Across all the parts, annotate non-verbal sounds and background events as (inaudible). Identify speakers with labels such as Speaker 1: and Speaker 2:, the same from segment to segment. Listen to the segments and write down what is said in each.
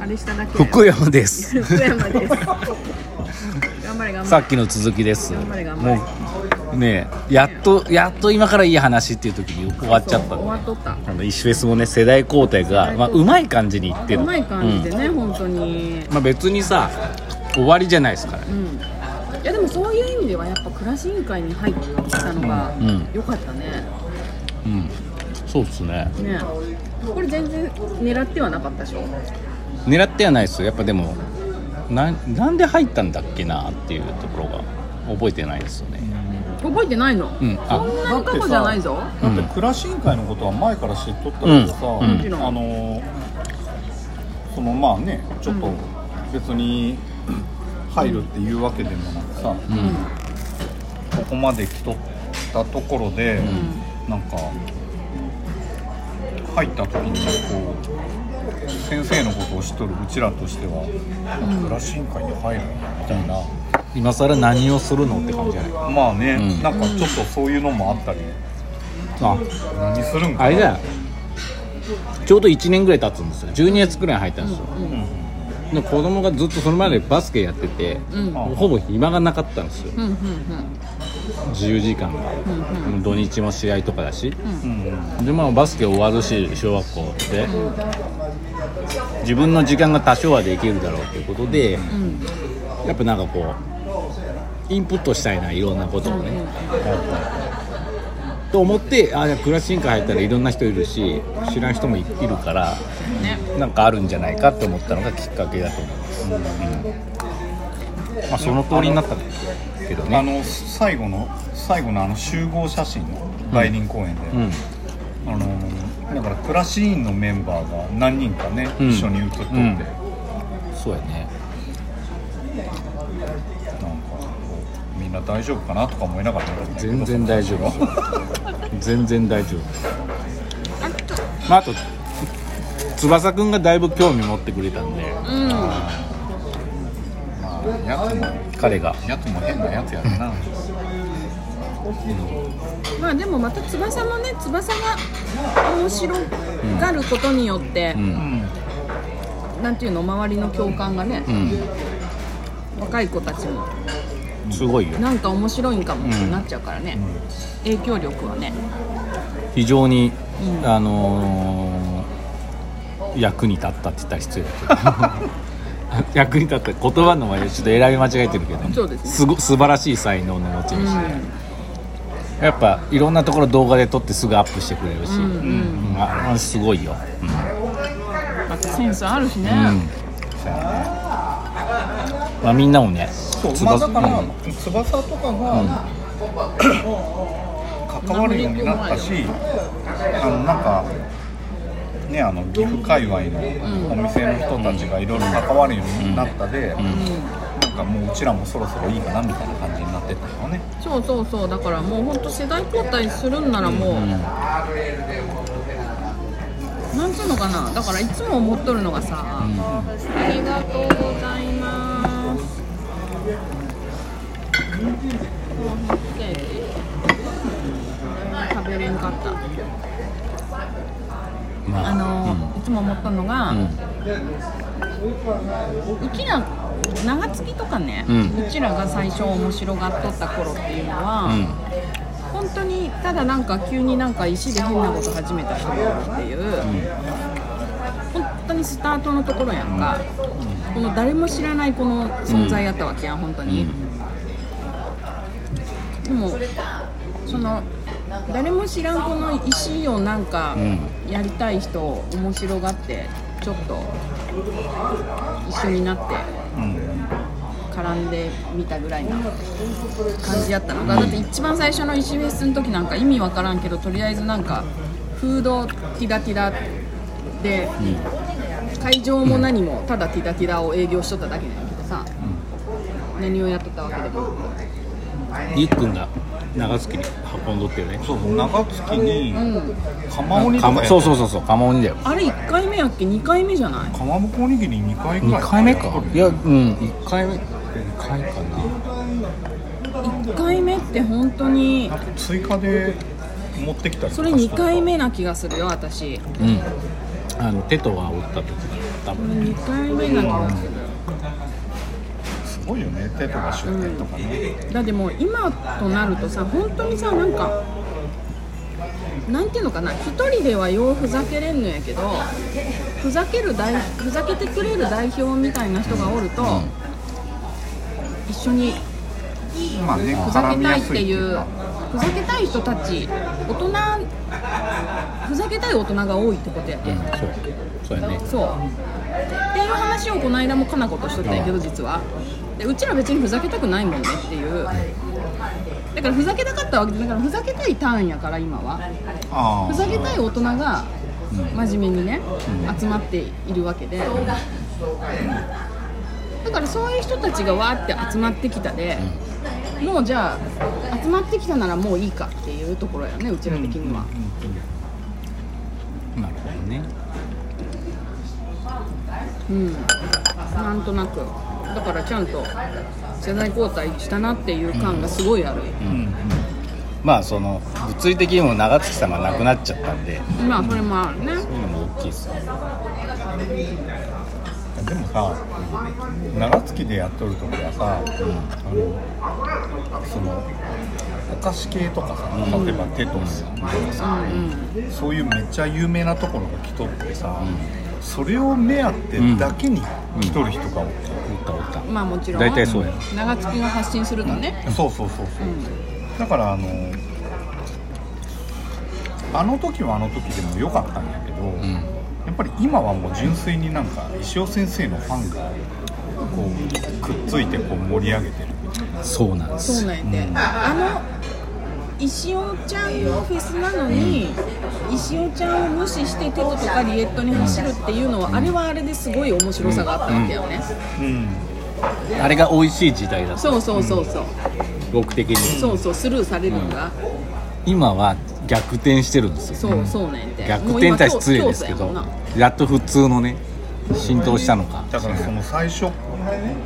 Speaker 1: あれしただけだよ
Speaker 2: 福山です
Speaker 1: 福山です頑張れ頑張
Speaker 2: さ
Speaker 1: れ
Speaker 2: っきの続きです
Speaker 1: 頑張れ頑張れ
Speaker 2: もうねえやっとやっと今からいい話っていう時に終わっちゃった
Speaker 1: そう終わっとった
Speaker 2: あの石フェスもね世代交代が、まあ、うまい感じにいって
Speaker 1: う
Speaker 2: る
Speaker 1: まい感じ
Speaker 2: う
Speaker 1: でね、本当に
Speaker 2: んまあ、別にさ終わりじゃないですから
Speaker 1: う
Speaker 2: ね
Speaker 1: んいやでもそういう意味ではやっぱ暮らし委員会に入ったのが
Speaker 2: うん
Speaker 1: 良かったね、
Speaker 2: うんそうっすね
Speaker 1: ねこれ全然狙ってはなかったでしょ
Speaker 2: 狙ってはないですよやっぱでもななんで入ったんだっけなっていうところが覚えてないですよね
Speaker 1: 覚えてないの、
Speaker 2: うんあ
Speaker 1: そんなに過去じゃないぞ
Speaker 2: う
Speaker 3: だっ
Speaker 2: ん
Speaker 3: て暮らし委員会のことは前から知っとったけどさ、
Speaker 2: うんうん
Speaker 1: もちろん
Speaker 3: あのそのまあねちょっと
Speaker 1: うん
Speaker 3: 別
Speaker 1: (clears throat)
Speaker 3: に入るっていうわけでもなくさ、
Speaker 2: うん
Speaker 3: ここまで来とったところで、なんか入った時にこう先生のことを知っとるうちらとしては、暮らし委員会に入るみたいな、
Speaker 2: 今更何をするのって感じじゃない
Speaker 3: まあね、
Speaker 2: うん
Speaker 3: なんかちょっとそういうのもあったり、
Speaker 2: あ
Speaker 3: 何するんかな
Speaker 2: あれだよちょうど1年ぐらい経つんですよ12月くらいに入ったんですよ、
Speaker 3: うんうん
Speaker 2: で子供がずっとその前までバスケやってて、
Speaker 1: うんうん
Speaker 3: あ
Speaker 2: ほぼ暇がなかったんですよ
Speaker 1: うんうんうん
Speaker 2: 自由時間が、
Speaker 1: うんうん
Speaker 2: 土日も試合とかだし、
Speaker 3: うんうん
Speaker 2: でまあバスケ終わるし小学校で自分の時間が多少はできるだろうということで、
Speaker 1: ん
Speaker 2: やっぱなんかこうインプットしたいないろんなことをね、と思ってあじゃあ暮らし委員会入ったらいろんな人いるし知らん人もいいるから
Speaker 1: ね
Speaker 2: なんかあるんじゃないかって思ったのがきっかけだと思います、うんまあ、その通りになったけど
Speaker 3: あ
Speaker 2: ね
Speaker 3: の最後の最後のあの集合写真の大輪公園で、
Speaker 2: うん
Speaker 3: あのーだから暮らし委員のメンバーが何人かね、
Speaker 2: うん
Speaker 3: 一緒に写っとって、
Speaker 2: う
Speaker 3: なんんか
Speaker 2: そうやね
Speaker 3: こうみんな大丈夫かなとか思いながら見てたんだけど
Speaker 2: 全然大丈夫全然大丈夫まあ、あと翼くんがだいぶ興味持ってくれたんで
Speaker 3: まあやつも
Speaker 2: 彼が
Speaker 3: やつも変なやつやる
Speaker 2: (laughs)
Speaker 3: な
Speaker 1: まあでもまた翼もね翼が面白がることによって、
Speaker 2: ん
Speaker 3: うん
Speaker 1: なんていうの周りの共感がね
Speaker 2: う、ん
Speaker 1: 若い子たちも
Speaker 2: すごいよ
Speaker 1: なんか面白いんかもって
Speaker 2: うん
Speaker 1: なっちゃうからね、影響力はね
Speaker 2: 非常に、
Speaker 1: うん
Speaker 2: あのー役に立ったって言ったら失礼だけど (laughs) 役に立った言葉の前でちょっと選び間違えてるけど
Speaker 1: そうですね
Speaker 2: ご素晴らしい才能の持ち
Speaker 1: うん
Speaker 2: 主、やっぱいろんなところ動画で撮ってすぐアップしてくれるし、
Speaker 1: うんうん
Speaker 2: うんああすごいよ、
Speaker 1: またセンスあるしね、
Speaker 2: うんまあ、みんなもね
Speaker 3: そうまあだから、
Speaker 2: うん
Speaker 3: 翼とかが、関わるようになったしあのなんかねあの岐阜界隈のお店の人たちがいろいろ関わるようになったで、なんかもううちらもそろそろいいかなみたいな感じになってったよね
Speaker 1: そうそうそうだからもうほんと世代交代するんならもう、なんつうのかなだからいつも思っとるのがさ、ありがとうございますコーヒーケーキ食べれんかった
Speaker 2: ま
Speaker 1: あの、いつも思ったのが、
Speaker 2: う
Speaker 1: うんちら長月とかね、
Speaker 2: う
Speaker 1: うんちらが最初面白がっとった頃っていうのは、
Speaker 2: うん
Speaker 1: 本当にただなんか急になんか石で変なこと始めた人だっていう、本当にスタートのところやんか、この誰も知らないこの存在やったわけやん本当に、でもその誰も知らんこの石をなんか
Speaker 2: う
Speaker 1: やりたい人を面白がってちょっと一緒になって絡んでみたぐらいな感じやったのがだって一番最初の石フェスの時なんか意味わからんけどとりあえずなんかフードティダティダで会場も何もただティダティダを営業しとっただけなんやけどさ何をやっとったわけでも
Speaker 2: りっくんが長月に運んどってね
Speaker 3: そうそう長月に
Speaker 1: うん
Speaker 3: 釜鬼とかやった
Speaker 2: そうそうそうそう釜鬼だよ
Speaker 1: あれ1回目やっけ2回目じゃない
Speaker 3: 釜ぶこおにぎり2回ぐら
Speaker 2: 2
Speaker 3: い
Speaker 2: 回目かいやうん1回目2回かな
Speaker 1: 1回目って本当に
Speaker 3: あと追加で持ってきたりとか
Speaker 1: それ2回目な気がするよ私
Speaker 2: うんあの手とは折った時多分
Speaker 1: 2回目なの
Speaker 3: すごいよね手とか出店とかね、
Speaker 1: だってもう今となるとさ本当にさなんかなんていうのかな一人ではようふざけれんのやけどふざける代ふざけてくれる代表みたいな人がおると、一緒に
Speaker 3: まあね
Speaker 1: ふざ
Speaker 3: 絡
Speaker 1: け
Speaker 3: み
Speaker 1: た
Speaker 3: や
Speaker 1: いっ
Speaker 3: すい
Speaker 1: て
Speaker 3: っ
Speaker 1: い
Speaker 3: ていう
Speaker 1: う
Speaker 3: か
Speaker 1: ふざけたい人たち大人ふざけたい大人が多いってことや
Speaker 2: う
Speaker 1: で、
Speaker 2: んそうそうやね
Speaker 1: そうっていう話をこの間もかなことしとったんやけど
Speaker 2: ああ
Speaker 1: 実はでうちら別にふざけたくないもんねっていうだからふざけたかったわけでだからふざけたいターンやから今は
Speaker 3: あ
Speaker 1: ふざけたい大人が真面目にね集まっているわけでだからそういう人たちがわーって集まってきたでもうじゃあ集まってきたならもういいかっていうところやねうちら的には
Speaker 2: なるほどね
Speaker 1: うんなんとなくだからちゃんと世代交代したなっていう感がすごいある、
Speaker 2: まあその物理的にも長月さんが亡くなっちゃったんで
Speaker 1: まあそれもあるね
Speaker 2: そういうのも大きいですよね
Speaker 3: でもさ長月でやっとる時はさ、あのそのお菓子系とかさ例えばテトスとか
Speaker 1: う
Speaker 3: さ、
Speaker 1: ん
Speaker 3: そういうめっちゃ有名なところが来とってさ、それを目当てだけに来とる人が
Speaker 2: お
Speaker 3: 多い、
Speaker 2: ったおった
Speaker 1: うんまあもちろん
Speaker 2: 大体そうや
Speaker 1: 長月が発信するとね、
Speaker 3: そうそうそうそう、だからあのあの時はあの時でも良かったんやけど、やっぱり今はもう純粋になんか石尾先生のファンがこうくっついてこう盛り上げてるみたいな
Speaker 2: そうなんで
Speaker 1: そう
Speaker 2: す
Speaker 1: なんやて、
Speaker 3: うん
Speaker 1: あの石尾ちゃんのフェスなのに、石尾ちゃんを無視してテトとかリエットに走るっていうのは、あれはあれですごい面白さがあったわけよね、
Speaker 3: うん
Speaker 2: あれが美味しい時代だった
Speaker 1: そうそうそうそう、
Speaker 2: 僕的に
Speaker 1: そうそうスルーされるのが、
Speaker 2: 今は逆転してるんですよ
Speaker 1: そうそうなんやて
Speaker 2: 逆転って失礼ですけ
Speaker 1: もう
Speaker 2: ど
Speaker 1: 今今日そうやもんな
Speaker 2: やっと普通のね浸透したのか
Speaker 3: だからその最初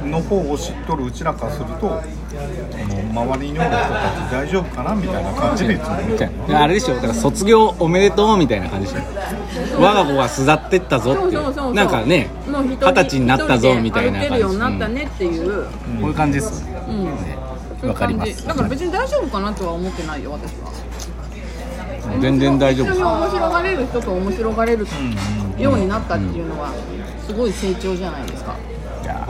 Speaker 3: の方を知っとるうちらからするとあの周りにおる人たち大丈夫かなみたいな感じでいつも見
Speaker 2: み
Speaker 3: て
Speaker 2: た
Speaker 3: る
Speaker 2: いなあれでしょだから卒業おめでとうみたいな感じでしょ我が子は巣立ってったぞ
Speaker 1: そ
Speaker 2: っ
Speaker 1: う
Speaker 2: てい
Speaker 1: そうそうそうう
Speaker 2: なんかね
Speaker 1: もう一
Speaker 2: 二
Speaker 1: 人
Speaker 2: 十歳になったぞみたいな
Speaker 1: 一人で歩ける
Speaker 2: 感じ
Speaker 1: ようになった
Speaker 2: うん
Speaker 1: ねっていう、うん
Speaker 2: こういう感じですよね
Speaker 1: そういう
Speaker 2: わかり
Speaker 1: 感
Speaker 2: ま
Speaker 1: じ
Speaker 2: す
Speaker 1: だから別に大丈夫かなとは思ってないよ私は
Speaker 2: 全然大丈夫
Speaker 1: 一緒
Speaker 2: です
Speaker 1: に面白がれる人と面白がれるようになったっていうのはすごい成長じゃないですか
Speaker 2: いや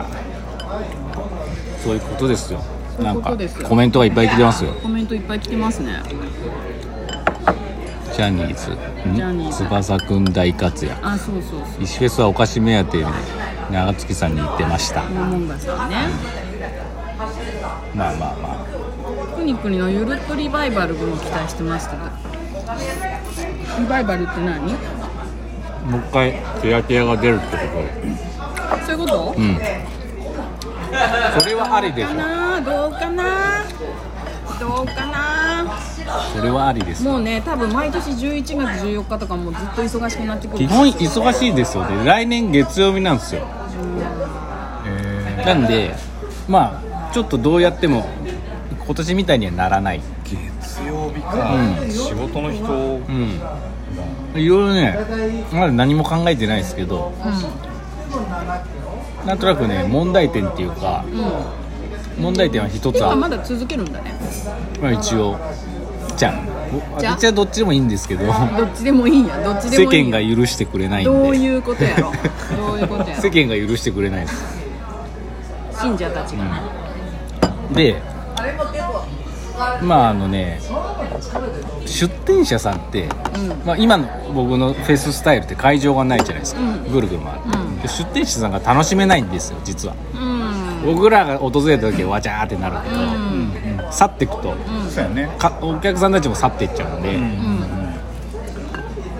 Speaker 2: ーそういうことですよ
Speaker 1: うい
Speaker 2: な
Speaker 1: うんこ
Speaker 2: か
Speaker 1: とですよ
Speaker 2: コメントがいっぱい来てますよ
Speaker 1: コメントいっぱい来てますね
Speaker 2: ジャニーズ
Speaker 1: ジャニー
Speaker 2: ん
Speaker 1: ズ
Speaker 2: 翼くん大活躍
Speaker 1: あそうそうそう
Speaker 2: 石フェスはお菓子目当てに長月さんに言ってました
Speaker 1: モモンガさんね
Speaker 2: まあまあま
Speaker 1: クニクニのゆるっとリバイバルも期待してましたリバイバルって何
Speaker 2: あもう一回テヤテヤが出るってこと
Speaker 1: そういうこと、
Speaker 2: うんそれはありでし
Speaker 1: かなどうかなどうかな
Speaker 2: ょそれはありですよ
Speaker 1: もうね多分毎年11月14日とかもうずっと忙しくなってく
Speaker 2: 基
Speaker 1: る
Speaker 2: 本忙しいですよね来年月曜日なんですよなんでまあちょっとどうやっても今年みたいにはならない
Speaker 3: 月曜日か、仕事の人
Speaker 2: うんいろいろねまだ何も考えてないですけどなんとなくね問題点っていうか
Speaker 1: うん、うん
Speaker 2: 問題点は一つ
Speaker 1: 今
Speaker 2: あ
Speaker 1: まだ続けるんだね
Speaker 2: まあ一応じゃ
Speaker 1: じゃ
Speaker 2: あ
Speaker 1: ん
Speaker 2: 一応どっちでもいいんですけど
Speaker 1: どっちでもいいんやどっちで
Speaker 2: 世
Speaker 1: もいい
Speaker 2: 間
Speaker 1: んや
Speaker 2: が許してくれないんで
Speaker 1: どういうことや
Speaker 2: (laughs)
Speaker 1: ろどういうことや
Speaker 2: 世
Speaker 1: ろ
Speaker 2: 間が許してくれないです
Speaker 1: 信者たちがね
Speaker 2: でまああのね出店者さんって、まあ、今の僕のフェススタイルって会場がないじゃないですか、ぐるぐる回って、で出店者さんが楽しめないんですよ実は
Speaker 1: うん
Speaker 2: 僕らが訪れた時はわちゃーってなるけど、去ってくと
Speaker 3: そうやね
Speaker 2: かお客さんたちも去っていっちゃうんで、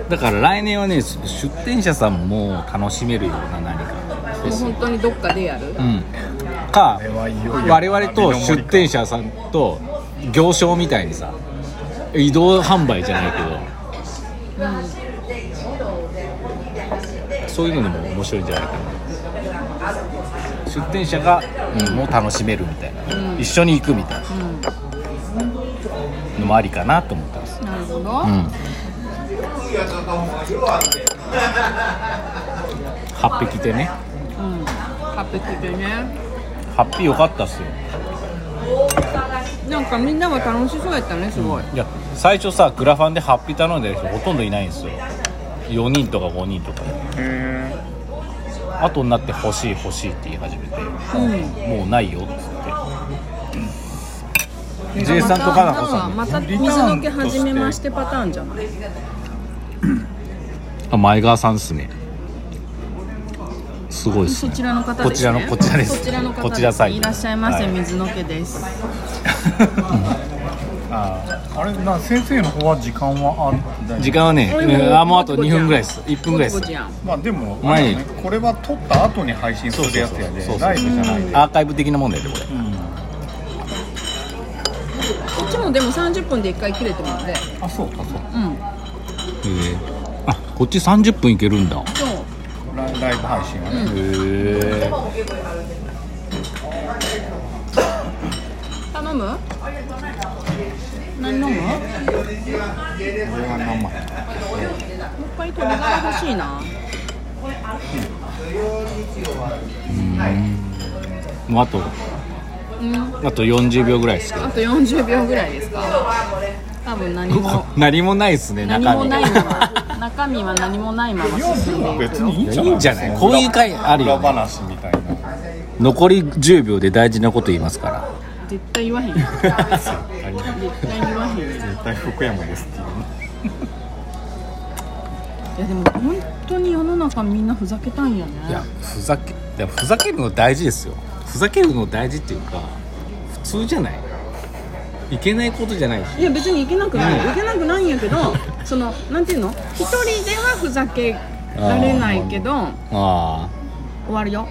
Speaker 2: だから来年はね出店者さんも楽しめるような何かフ
Speaker 1: も
Speaker 2: ェ
Speaker 1: う
Speaker 2: スを
Speaker 1: 本当にどっかでやる
Speaker 2: うん、か
Speaker 3: れはいよいよ
Speaker 2: 我々と出店者さんと行商みたいにさ移動販売じゃないけど、そういうのでも面白いんじゃないかな出店者が、うんもう楽しめるみたいな、一緒に行くみたいな、のもありかなと思ったん (laughs) です、
Speaker 1: なるほど、
Speaker 2: うん、ハッピ着てね
Speaker 1: うんカップ着てね
Speaker 2: ハッピ良かったっすよ
Speaker 1: なんかみんなが楽しそうやったねすごい、
Speaker 2: いや最初さクラファンでハッピ頼んでる人ほとんどいないんですよ4人とか5人とか
Speaker 3: え
Speaker 2: 後になって欲しい欲しいって言い始めて
Speaker 1: うん
Speaker 2: もうないよっつって J さんとかなこさん
Speaker 1: また水抜け始めましてパターンじゃない
Speaker 2: あ前川さんですねすごいです
Speaker 1: そ
Speaker 2: ね
Speaker 1: ちらの方です、ね、
Speaker 2: こちらのこちらです
Speaker 1: こちらの方
Speaker 2: こちらサイド
Speaker 1: いらっしゃいませ、
Speaker 2: は
Speaker 1: 水の家です
Speaker 3: ああれな先生の方は時間はあんだよ
Speaker 2: 時間はね、
Speaker 1: れ
Speaker 2: うんあもうあと2分ぐらいです1分ぐらいで
Speaker 1: ぼ
Speaker 2: す
Speaker 1: ちぼちやん
Speaker 3: まあでも、あ
Speaker 2: 前
Speaker 3: れ
Speaker 2: に
Speaker 3: だねこれは撮った後に配信するやつやで、
Speaker 2: そうそうそう
Speaker 3: ライブじゃないで、
Speaker 2: アーカイブ的なもんだよねこ
Speaker 3: うん
Speaker 1: こっちもでも30分で1回切れてるので
Speaker 3: あそうかそう
Speaker 1: うん
Speaker 2: れへえあこっち30分いけるんだへ
Speaker 1: そう
Speaker 3: ライライブ配信はね、
Speaker 2: え
Speaker 1: 頼む何飲むもう
Speaker 3: これは何枚
Speaker 1: 一回鶏ガラ欲しいな
Speaker 2: もうあと
Speaker 1: うん
Speaker 2: あと40秒ぐらいですけど
Speaker 1: あと40秒ぐらいですか多分何も
Speaker 2: 何もないですね
Speaker 1: 何
Speaker 2: 中
Speaker 1: も
Speaker 2: 身
Speaker 1: ないま
Speaker 2: (laughs)
Speaker 1: ま中身は何もないまま
Speaker 3: いやで
Speaker 1: 進ん
Speaker 3: も
Speaker 1: でい
Speaker 3: 別
Speaker 1: く
Speaker 3: にいいんじゃない
Speaker 2: いいんじゃないこういう回あるよね
Speaker 3: 裏話みたいな
Speaker 2: 残り10秒で大事なこと言いますか
Speaker 1: 絶対言わ
Speaker 2: (laughs)
Speaker 1: へんよ絶
Speaker 2: ら
Speaker 1: 対言わへんよ
Speaker 3: 絶対福山ですっていう
Speaker 1: いやでも本当に世の中みんなふざけたんやね
Speaker 2: いやふざけいやふざけるの大事ですよふざけるの大事っていうか普通じゃないいけないことじゃないし
Speaker 1: いや別に行けなくない、
Speaker 2: うん
Speaker 1: 行けなくないんやけどそのなんていうの一人ではふざけられないけど
Speaker 2: ああ
Speaker 1: 終わるよ